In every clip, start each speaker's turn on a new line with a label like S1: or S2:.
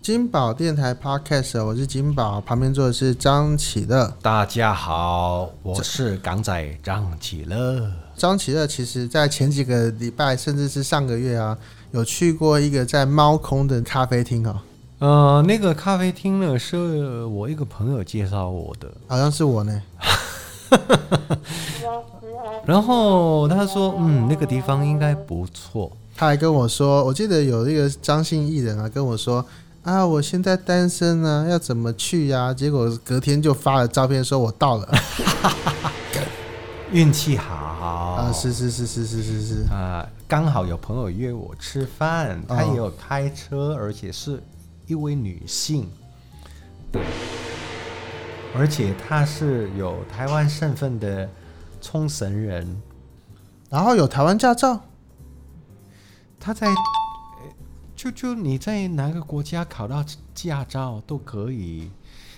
S1: 金宝电台 Podcast，我是金宝，旁边坐的是张启乐。
S2: 大家好，我是港仔张启乐。
S1: 张启乐其实在前几个礼拜，甚至是上个月啊，有去过一个在猫空的咖啡厅哦，
S2: 呃，那个咖啡厅呢，是我一个朋友介绍我的，
S1: 好像是我呢。
S2: 然后他说，嗯，那个地方应该不错。
S1: 他还跟我说，我记得有一个张姓艺人啊，跟我说啊，我现在单身啊，要怎么去呀、结果隔天就发了照片，说我到了。
S2: 运气好
S1: 啊，是是是是是是是，
S2: 啊、刚好有朋友约我吃饭，他也有开车，而且是一位女性，对，而且她是有台湾身份的冲绳人，
S1: 然后有台湾驾照，
S2: 她在。呃就就你在哪个国家考到驾照都可以，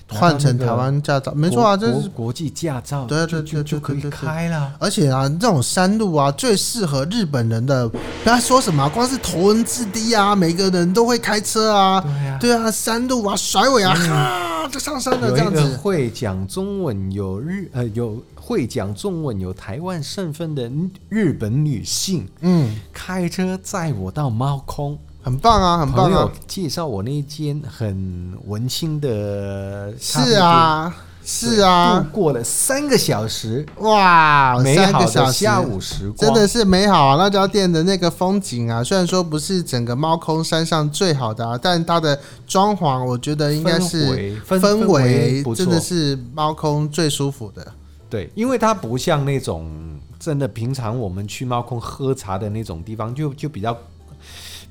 S1: 换成台湾驾照，没错啊，
S2: 国
S1: 这
S2: 国
S1: 是
S2: 国际驾照，
S1: 对
S2: 就
S1: 对
S2: 就
S1: 对
S2: 就
S1: 对
S2: 可以
S1: 对对
S2: 开了。
S1: 而且啊，这种山路啊，最适合日本人的。不要说什么啊、光是头文字 D 啊，每个人都会开车啊。
S2: 对呀
S1: 对啊，山路啊，甩尾啊，啊，就上山了
S2: 有
S1: 这样
S2: 一个
S1: 子。
S2: 会讲中文、有日呃有会讲中文、有台湾身份的日本女性，
S1: 嗯，
S2: 开车载我到猫空。
S1: 很棒啊，很棒
S2: 朋
S1: 啊
S2: 友。介绍我那一间很文青的咖啡
S1: 是啊，
S2: 店，
S1: 是啊
S2: 度，过了三个小时
S1: 哇，
S2: 美
S1: 三
S2: 好
S1: 个
S2: 的
S1: 小
S2: 下
S1: 时。
S2: 午时
S1: 真
S2: 光，
S1: 的是美好啊！那家店的那个风景啊，虽然说不是整个猫空山上最好的啊，但它的装潢我觉得应该
S2: 氛
S1: 是
S2: 围氛氛围不错
S1: 真的是猫空最舒服的。
S2: 对，因为它不像那种真的平常我们去猫空喝茶的那种地方，就就比较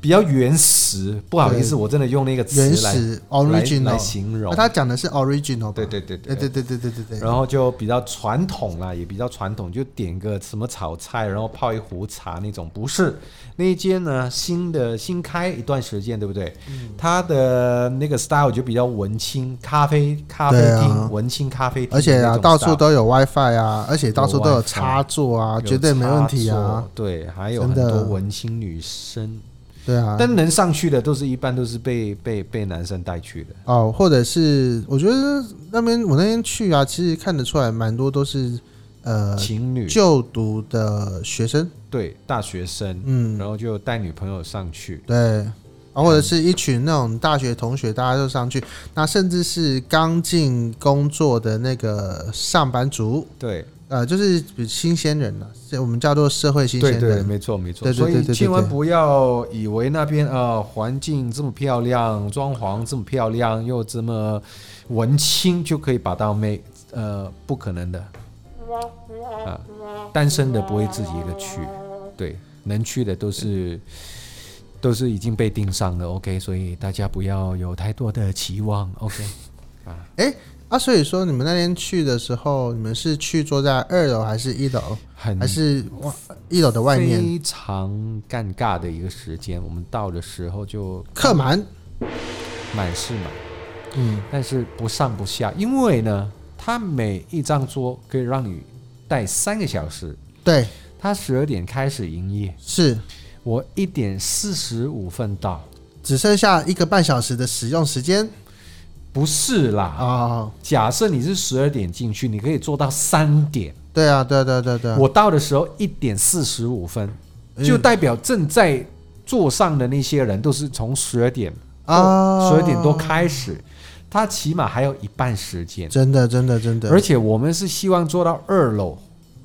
S2: 比较原始。不好意思，我真的用那个词
S1: 原
S2: 来
S1: 始哦啊
S2: 来
S1: original
S2: 来形容
S1: 那。他讲的是 original 吧哎
S2: 对对对
S1: 对对
S2: 对。
S1: 对对对对对。
S2: 然后就比较传统啦，也比较传统，就点个什么炒菜，然后泡一壶茶那种。不是那一间呢，新的新开一段时间，对不对？
S1: 嗯
S2: 它的那个 style 就比较文青咖啡咖啡
S1: 对
S2: 厅，
S1: 啊
S2: 文青咖啡厅
S1: 而
S2: 的
S1: 且
S2: 那种 style，
S1: 啊，到处都有 WiFi 啊，而且到处都有插座啊，
S2: 有
S1: 绝对没问题
S2: 插
S1: 啊
S2: 座。。对，还有
S1: 真
S2: 很
S1: 的
S2: 多文青女生，
S1: 对啊，
S2: 但能上去的都是一般都是被被被男生带去的。
S1: 哦，或者是我觉得那边我那天去啊，其实看得出来蛮多都是呃
S2: 情侣
S1: 就读的学生，
S2: 对大学生，
S1: 嗯，
S2: 然后就带女朋友上去，
S1: 对。啊，或者是一群那种大学同学，大家就上去，那甚至是刚进工作的那个上班族，
S2: 对
S1: 呃，就是比新鲜人了、是我们叫做社会新鲜
S2: 对
S1: 人。
S2: 对，没错没错。
S1: 对对
S2: 所
S1: 对
S2: 以
S1: 对对
S2: 千万
S1: 对
S2: 不要以为那边啊环境这么漂亮，装潢这么漂亮，又这么文青就可以把到妹，呃，不可能的。啊，单身的不会自己一个去，对，能去的都是都是已经被盯上了，OK，所以大家不要有太多的期望，OK。
S1: 啊，所以说你们那天去的时候，你们是去坐在二楼还是一楼，
S2: 很
S1: 还是哇一楼的外面
S2: 非常尴尬的一个时间，我们到的时候就
S1: 客满？
S2: 满是满，
S1: 嗯，
S2: 但是不上不下，因为呢，它每一张桌可以让你待三个小时，
S1: 对，
S2: 它十二点开始营业，
S1: 是
S2: 我一点四十五分到，
S1: 只剩下一个半小时的使用时间
S2: 不是啦，
S1: 哦。
S2: 假设你是十二点进去，你可以做到三点。
S1: 对啊，对啊对啊对啊对啊，嗯
S2: 我到的时候一点四十五分，就代表正在座上的那些人都是从十二点
S1: 啊
S2: 哦十二点多开始，他起码还有一半时间。
S1: 真的真的真的，
S2: 而且我们是希望做到二楼，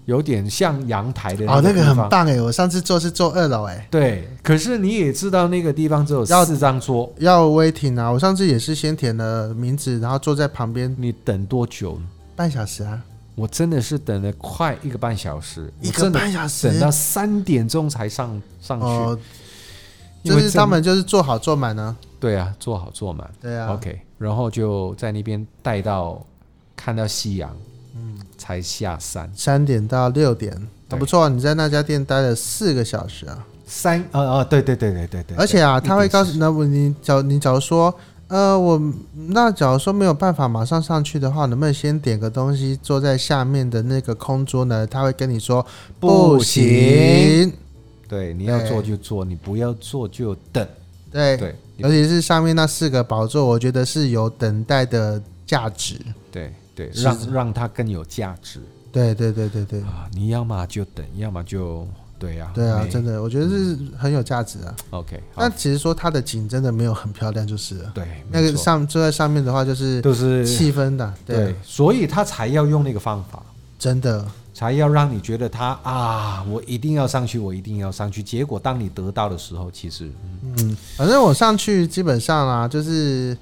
S2: 有点像阳台的
S1: 哦，那
S2: 啊个
S1: 个
S2: 地
S1: 很
S2: 方。
S1: 棒哎，我上次坐是坐二楼哎，
S2: 对，可是你也知道那个地方只有
S1: 要
S2: 四张桌，
S1: 要 waiting 啊，我上次也是先填了名字，然后坐在旁边
S2: 你等多久呢？
S1: 半小时啊，
S2: 我真的是等了快一个半小时，
S1: 一
S2: 我
S1: 个
S2: 真的
S1: 半小时
S2: 等到三点钟才上上去。
S1: 哦，
S2: 因
S1: 就
S2: 为
S1: 是
S2: 真
S1: 他们就是坐好坐满啊，
S2: 对啊，做好做满、
S1: 对啊
S2: o，k 然后就在那边待到看到夕阳，嗯，才下山。
S1: 三点到六点，啊、
S2: 对
S1: 不错、啊，你在那家店待了四个小时啊，
S2: 三呃呃，对对对对对对，
S1: 而且啊，
S2: 对
S1: 他会告诉那我你假如你假如说。呃，我那假如说没有办法马上上去的话，能不能先点个东西坐在下面的那个空桌呢？他会跟你说
S2: 不行，
S1: 行，
S2: 对，你要
S1: 对
S2: 做就做，你不要做就等。
S1: 对呃
S2: 对，
S1: 尤其是上面那四个宝座，我觉得是有等待的价值。
S2: 对对，
S1: 是
S2: 让让它更有价值
S1: 对对对对对
S2: 啊！你要么就等，要么就对呀、
S1: 对啊，
S2: 没
S1: 真的，我觉得是很有价值啊。
S2: OK 好。
S1: 那其实说它的景真的没有很漂亮，就是了
S2: 对，
S1: 那
S2: 没
S1: 个
S2: 错
S1: 上坐在上面的话，就是
S2: 都是
S1: 气氛的，对
S2: 对
S1: 啊，，
S2: 所以他才要用那个方法，
S1: 真的，
S2: 才要让你觉得他啊，我一定要上去，我一定要上去。结果当你得到的时候，其实
S1: 嗯，反正我上去基本上啊，就是，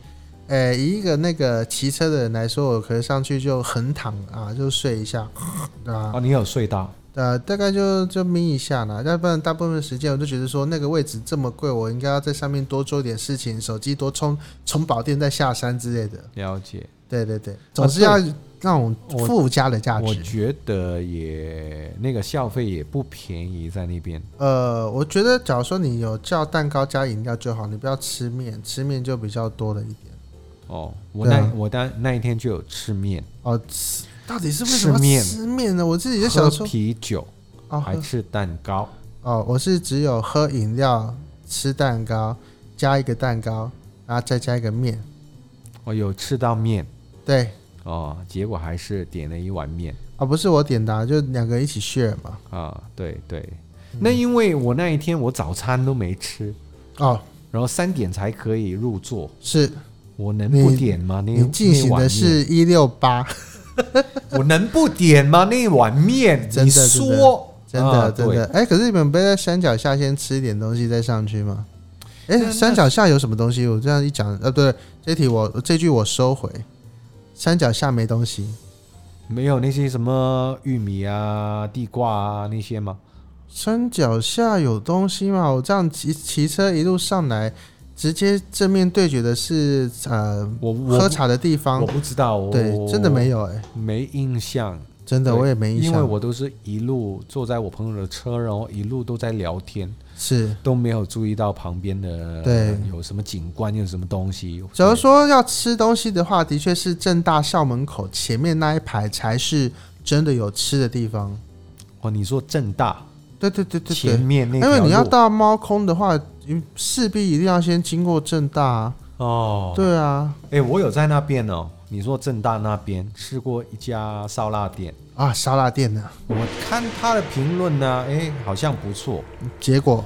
S1: 呃，以一个那个骑车的人来说，我可能上去就横躺啊，就睡一下啊，
S2: 哦，你有睡到，
S1: 呃，大概就就眯一下啦，要不然大部分时间我就觉得说那个位置这么贵，我应该要在上面多做点事情，手机多充充饱电再下山之类的。
S2: 了解。
S1: 对对对，总是
S2: 啊
S1: 要那种
S2: 我
S1: 附加的价
S2: 我
S1: 值。
S2: 觉得也那个消费也不便宜，在那边
S1: 呃，我觉得假如说你有叫蛋糕加饮料就好，你不要吃面，吃面就比较多了一点。
S2: 哦。我
S1: 对
S2: 那、
S1: 啊
S2: 我当那一天就有吃面，
S1: 哦，吃到底是为什么要
S2: 吃面
S1: 吃面呢？我自己就
S2: 喝
S1: 想说，
S2: 啤酒，
S1: 哦
S2: 还
S1: 喝
S2: 吃蛋糕。
S1: 哦，我是只有喝饮料、吃蛋糕，加一个蛋糕，然后再加一个面。
S2: 我哦有吃到面
S1: 对，
S2: 哦，结果还是点了一碗面
S1: 啊，不是我点的啊、就两个一起 share 嘛。
S2: 啊。对对，
S1: 嗯
S2: 那因为我那一天我早餐都没吃，
S1: 哦，
S2: 然后三点才可以入座，
S1: 是
S2: 我能不点吗？那
S1: 你进行
S2: 那碗
S1: 的
S2: 面
S1: 是一六八，
S2: 我能不点吗？那碗面，
S1: 真的
S2: 你说
S1: 真
S2: 啊
S1: 的真
S2: 对
S1: 的。哎、可是你们不要在山脚下先吃一点东西再上去吗？哎、
S2: 那那
S1: 山脚下有什么东西？我这样一讲，呃、不对，这题我这句我收回。山脚下没东西，
S2: 没有那些什么玉米啊、地瓜啊那些吗？
S1: 山脚下有东西吗？我这样骑骑车一路上来，直接正面对决的是呃
S2: 我我
S1: 喝茶的地方
S2: 我，不知道，我
S1: 对，真的没有哎、
S2: 没印象，
S1: 真的
S2: 对
S1: 我也没印
S2: 因为
S1: 象，
S2: 我都是一路坐在我朋友的车，然后一路都在聊天，
S1: 是。
S2: 都没有注意到旁边的
S1: 对
S2: 有什么景观，有什么东西。
S1: 假如说要吃东西的话，的确是正大校门口前面那一排才是真的有吃的地方。
S2: 哦，你说正大
S1: 对对对对
S2: 前
S1: 对，
S2: 面那
S1: 因
S2: 条
S1: 为你要
S2: 路
S1: 到猫空的话，你势必一定要先经过正大、啊。
S2: 哦，
S1: 对啊，
S2: 哎，我有在那边哦。你说正大那边吃过一家烧腊店，
S1: 啊，烧腊店呢、
S2: 我看他的评论呢，哎，好像不错。
S1: 结果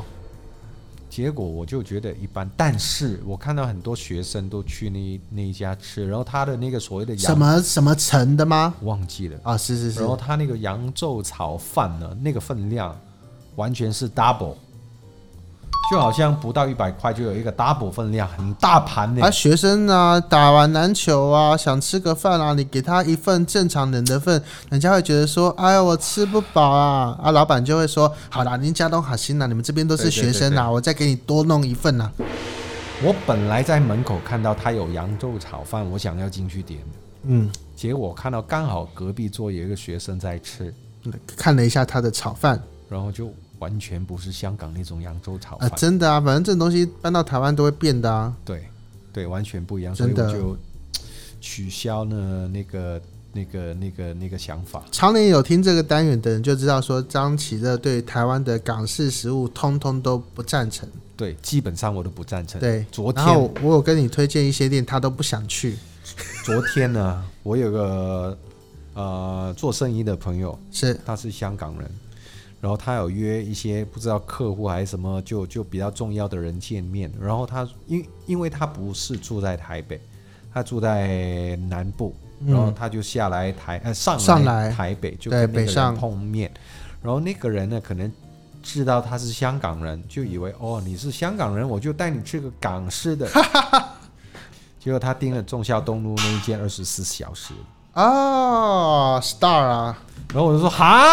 S2: 结果我就觉得一般，但是我看到很多学生都去那那一家吃，然后他的那个所谓的
S1: 什
S2: 羊
S1: 么什么城的吗？
S2: 忘记了，
S1: 啊，是是是
S2: 然，后他那个扬州炒饭呢，那个分量完全是 double，就好像不到一百块就有一个 double 分量，很大盘呢、
S1: 啊，学生啊，打完篮球啊，想吃个饭啊，你给他一份正常人的份，人家会觉得说，哎呀，我吃不饱啊，啊，老板就会说，好啦，您家东好心啦，你们这边都是
S2: 对对
S1: 学生
S2: 对
S1: 啊，我再给你多弄一份啊啦。
S2: 我本来在门口看到他有扬州炒饭，我想要进去点，
S1: 嗯，
S2: 结果看到刚好隔壁桌有一个学生在吃，
S1: 看了一下他的炒饭，
S2: 然后就完全不是香港那种扬州炒
S1: 啊，
S2: 饭。
S1: 真的啊，反正这种东西搬到台湾都会变的啊。
S2: 对，对，完全不一样，所以
S1: 真
S2: 我
S1: 的
S2: 就取消呢那个那个那个那个想法。
S1: 常年有听这个单元的人就知道，说张启乐对台湾的港式食物通通都不赞成。
S2: 对，基本上我都不赞成。
S1: 对，
S2: 昨
S1: 然后
S2: 天
S1: 我有跟你推荐一些店，他都不想去。
S2: 昨天呢，我有个呃做生意的朋友，
S1: 是，
S2: 他是香港人，然后他有约一些不知道客户还是什么，就就比较重要的人见面。然后他因因为他不是住在台北，他住在南部，然后他就下来台呃上
S1: 嗯上来
S2: 台北就
S1: 对
S2: 跟那
S1: 北
S2: 个人
S1: 上
S2: 碰面，然后那个人呢可能。知道他是香港人，就以为哦你是香港人，我就带你去个港 式的。结果他订了忠孝东路那一间二十四小时，
S1: 哦，Star 啊，
S2: 然后我就说哈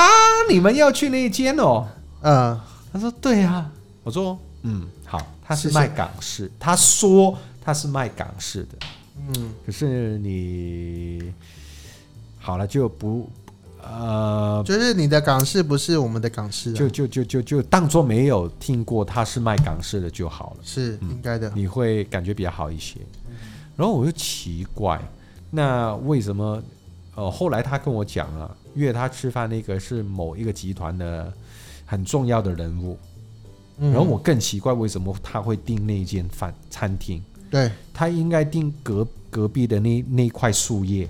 S2: 你们要去那一间哦，
S1: 嗯，
S2: 他说对啊，我说嗯好，他是
S1: 是
S2: 卖港式，他说他是卖港式的，嗯，可是你好了就不呃
S1: 就是你的港式不是我们的港式、啊，
S2: 就就就就就当做没有听过他是卖港式的就好了，
S1: 是应该的。
S2: 你会感觉比较好一些。然后我就奇怪，那为什么？呃，后来他跟我讲啊，约他吃饭那个是某一个集团的很重要的人物，
S1: 嗯
S2: 然后我更奇怪为什么他会订那间饭餐厅，
S1: 对
S2: 他应该订隔隔壁的那那块树叶。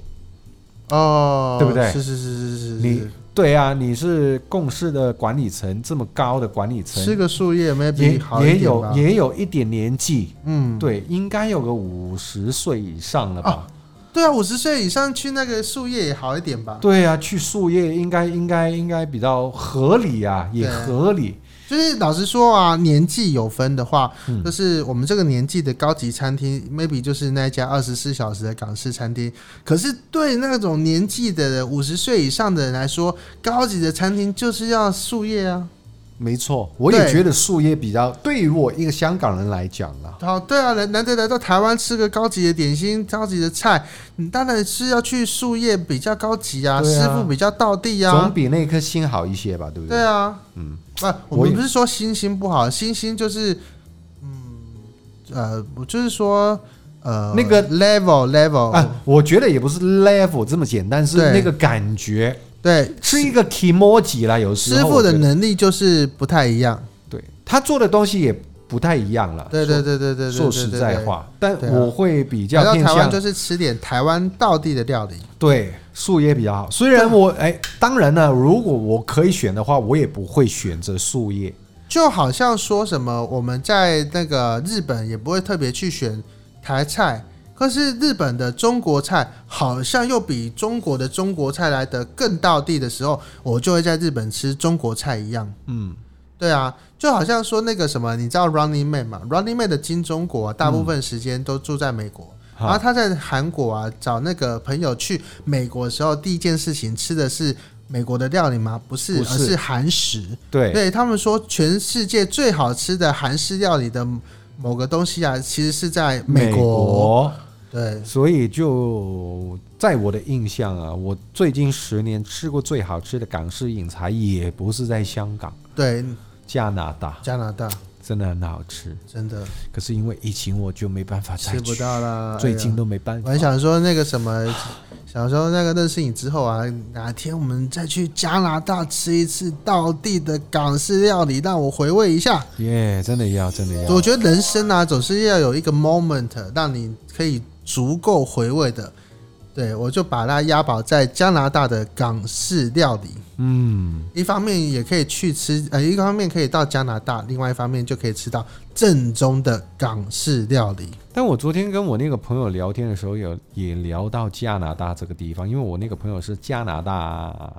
S1: 哦，
S2: 对不对
S1: 是是是是是是，
S2: 你对啊，你是共事的管理层，这么高的管理
S1: 吃
S2: 层，
S1: 个树叶 maybe
S2: 也
S1: 好一
S2: 也
S1: 点吧
S2: 有也有一点年纪，
S1: 嗯，
S2: 对，应该有个五十岁以上了吧？
S1: 对啊，五十岁以上去那个树叶也好一点吧。
S2: 对啊，去树叶应该应该应该比较合理啊，也
S1: 对啊
S2: 合理。
S1: 就是老实说啊，年纪有分的话，
S2: 嗯
S1: 就是我们这个年纪的高级餐厅，maybe 就是那一家二十四小时的港式餐厅。可是对那种年纪的五十岁以上的人来说，高级的餐厅就是要树叶啊。
S2: 没错，我也
S1: 对
S2: 觉得树叶比较，对于我一个香港人来讲啦，
S1: 好，对啊，难难得来到台湾吃个高级的点心、高级的菜，你当然是要去树叶比较高级啊，
S2: 对啊
S1: 师傅比较道地啊。
S2: 总比那颗心好一些吧，对不
S1: 对
S2: 对？
S1: 啊，
S2: 嗯，
S1: 不、我
S2: 我
S1: 们
S2: 也
S1: 不是说星星不好，星星就是，嗯，呃，我就是说，呃，
S2: 那个
S1: level level，、
S2: 啊，我觉得也不是 level 这么简单，是
S1: 对
S2: 那个感觉，
S1: 对，
S2: 是一个 emoji 啦。有时候
S1: 师傅
S2: 我
S1: 的
S2: 觉得
S1: 能力就是不太一样。
S2: 对他做的东西也不太一样了。
S1: 对对对对对对，
S2: 说，说
S1: 对
S2: 实在，话，但
S1: 对啊
S2: 我会
S1: 对
S2: 比
S1: 对来
S2: 较
S1: 到
S2: 偏
S1: 台湾
S2: 向
S1: 就是吃点台湾道地的料理。
S2: 对树叶比较好。虽然我哎，当然呢，如果我可以选的话，我也不会选择树叶。
S1: 就好像说什么我们在那个日本也不会特别去选台菜，可是日本的中国菜好像又比中国的中国菜来的更道地的时候，我就会在日本吃中国菜一样。
S2: 嗯，
S1: 对啊，就好像说那个什么，你知道 Running Man 嘛？Running Man 的金钟国、啊、大部分时间都住在美国。然后
S2: 好，
S1: 他在韩国啊找那个朋友去美国的时候，第一件事情吃的是美国的料理吗？不是，
S2: 不是
S1: 而是韩食。
S2: 对，
S1: 对他们说，全世界最好吃的韩式料理的某个东西啊，其实是在美国。
S2: 国
S1: 对，
S2: 所以就在我的印象啊，我最近十年吃过最好吃的港式饮茶，也不是在香港，
S1: 对，
S2: 加拿大
S1: 加拿大
S2: 真的很好吃。
S1: 真的
S2: 可是因为疫情，我就没办法再
S1: 吃不
S2: 去，
S1: 到啦。
S2: 啊最
S1: 哎
S2: 近
S1: 呀
S2: 都没办
S1: 我
S2: 法
S1: 还。想说那个什么，想说那个认识你之后啊，哪天我们再去加拿大吃一次道地的港式料理，让我回味一下。
S2: 耶哎真的要，真的要。
S1: 我觉得人生啊，总是要有一个 moment 让你可以足够回味的。对，我就把它押宝在加拿大的港式料理。
S2: 嗯，
S1: 一方面也可以去吃，呃，一方面可以到加拿大，另外一方面就可以吃到正宗的港式料理。
S2: 但我昨天跟我那个朋友聊天的时候，有也聊到加拿大这个地方，因为我那个朋友是加拿大，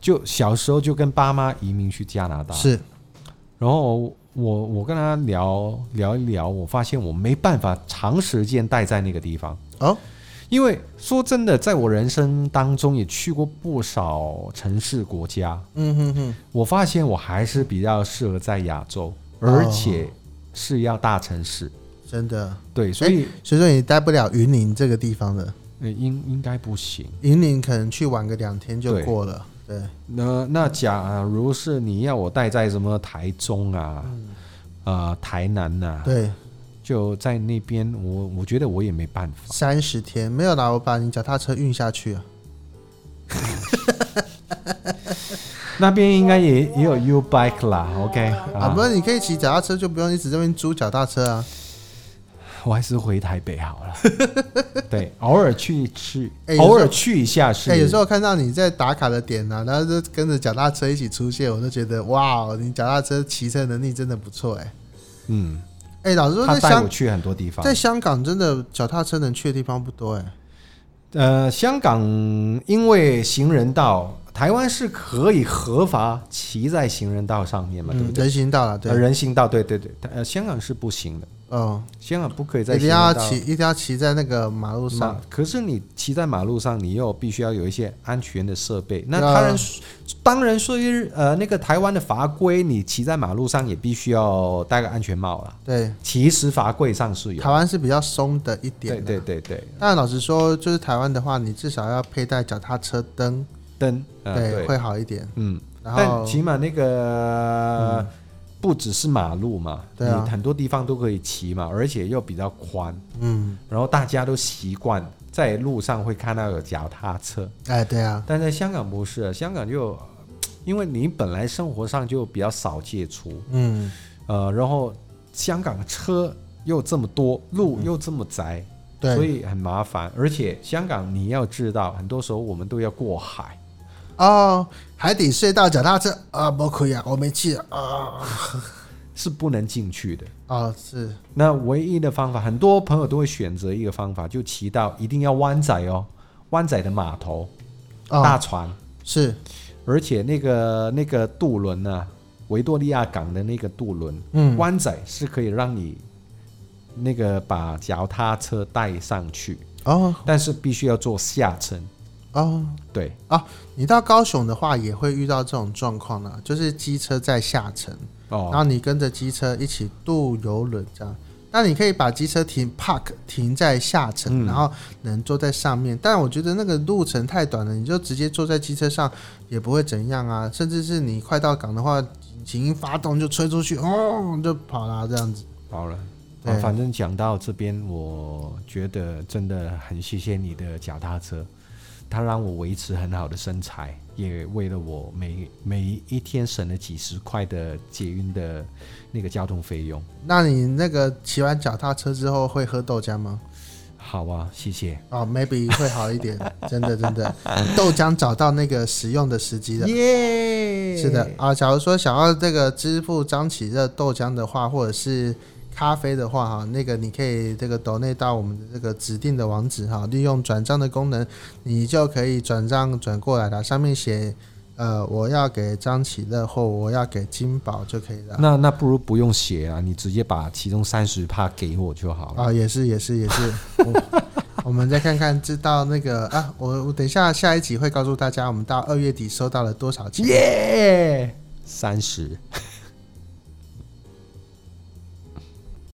S2: 就小时候就跟爸妈移民去加拿大，
S1: 是，
S2: 然后我我跟他聊聊一聊，我发现我没办法长时间待在那个地方，
S1: 哦，
S2: 因为说真的，在我人生当中也去过不少城市国家，
S1: 嗯哼哼，
S2: 我发现我还是比较适合在亚洲，
S1: 哦
S2: 而且是要大城市。
S1: 真的。
S2: 对，所以
S1: 所以说你待不了云林这个地方的，
S2: 呃应应该不行。
S1: 云林可能去玩个两天就
S2: 对
S1: 过了。对，
S2: 那那假如是你要我待在什么台中啊，
S1: 嗯
S2: 呃台南呐、
S1: 对，
S2: 就在那边，我我觉得我也没办法。
S1: 三十天没有啦，我把你脚踏车运下去啊。
S2: 那边应该也也有 U Bike 啦，OK
S1: 啊，
S2: 啊
S1: 不，是，你可以骑脚踏车，就不用一直这边租脚踏车啊。
S2: 我还是回台北好了。对，偶尔去去
S1: 哎，有时候
S2: 偶尔去一下是。
S1: 哎、有时候看到你在打卡的点啊，然后就跟着脚踏车一起出现，我就觉得哇哦，你脚踏车骑车能力真的不错哎、
S2: 嗯，
S1: 哎、老实说，
S2: 他
S1: 在
S2: 带
S1: 香
S2: 我去很多地方
S1: 在。香港真的脚踏车能去的地方不多哎、
S2: 呃，香港因为行人道，台湾是可以合法骑在行人道上面嘛，对不
S1: 嗯，
S2: 对？
S1: 人行道了，
S2: 呃
S1: 对，
S2: 人行道，对对对，呃，香港是不行的，
S1: 哦，
S2: 香港不可以在
S1: 一定
S2: 行人
S1: 要
S2: 道
S1: 骑，一定要骑在那个马路上
S2: 马。，可是你骑在马路上，你又必须要有一些安全的设备。那
S1: 对啊
S2: 当然，当然说是呃，那个台湾的法规，你骑在马路上也必须要戴个安全帽啦。
S1: 对，
S2: 其实法规上是有
S1: 台，湾是比较松的一点、啊
S2: 对对。对对，
S1: 但老实说，就是台湾的话，你至少要佩戴脚踏车灯，
S2: 灯，呃、对，
S1: 会好一点。
S2: 嗯，
S1: 然
S2: 但
S1: 后嗯
S2: 起码那个。不只是马路嘛，
S1: 对啊
S2: 你很多地方都可以骑嘛，而且又比较宽，
S1: 嗯，
S2: 然后大家都习惯在路上会看到有脚踏车，
S1: 哎，对啊，
S2: 但在香港不是，香港就因为你本来生活上就比较少接触，
S1: 嗯，
S2: 呃，然后香港车又这么多，路又这么窄，所
S1: 对
S2: 以很麻烦。而且香港你要知道，很多时候我们都要过海，
S1: 哦，海底隧道脚踏车啊，不可以啊，我没去啊啊
S2: 是不能进去的。
S1: 啊，是
S2: 那唯一的方法，很多朋友都会选择一个方法，就骑到一定要湾仔哦，湾仔的码头、
S1: 啊
S2: 大，船，
S1: 是
S2: 而且那个那个渡轮呢、维多利亚港的那个渡轮，
S1: 嗯
S2: 湾仔是可以让你那个把脚踏车带上去，
S1: 哦
S2: 但是必须要坐下层。
S1: 哦，
S2: 对，
S1: 你到高雄的话也会遇到这种状况呢，就是机车在下沉，然
S2: 哦，
S1: 后你跟着机车一起渡游轮这样。那你可以把机车停 park 停在下层，
S2: 嗯
S1: 然后人坐在上面。但我觉得那个路程太短了，你就直接坐在机车上也不会怎样啊。甚至是你快到港的话，引擎一发动就吹出去，哦，就跑啦这样子。
S2: 好了。
S1: 对
S2: 啊，反正讲到这边，我觉得真的很谢谢你的脚踏车，它让我维持很好的身材，也为了我每每一天省了几十块的捷运的那个交通费用。
S1: 那你那个骑完脚踏车之后会喝豆浆吗？
S2: 好啊，谢谢。
S1: 哦，maybe 会好一点，真的真的，豆浆找到那个使用的时机了。
S2: 耶
S1: 是的，啊，假如说想要这个支付张起热豆浆的话，或者是咖啡的话，哈，那个你可以这个 donate 到我们的这个指定的网址哈，利用转账的功能，你就可以转账转过来了，上面写呃我要给张起热或我要给金宝就可以了。
S2: 那那不如不用写啊，你直接把其中三十帕给我就好了。
S1: 啊，也是也是也是，我 我们再看看，知道那个啊，我我等一下下一集会告诉大家，我们到二月底收到了多少钱。
S2: 耶，三十